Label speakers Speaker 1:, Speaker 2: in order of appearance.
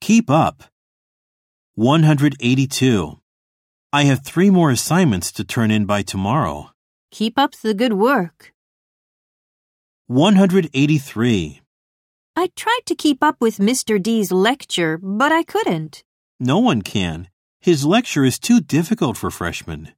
Speaker 1: Keep up. 182. I have three more assignments to turn in by tomorrow.
Speaker 2: Keep up the good work.
Speaker 1: 183.
Speaker 2: I tried to keep up with Mr. D's lecture, but I couldn't.
Speaker 1: No one can. His lecture is too difficult for freshmen.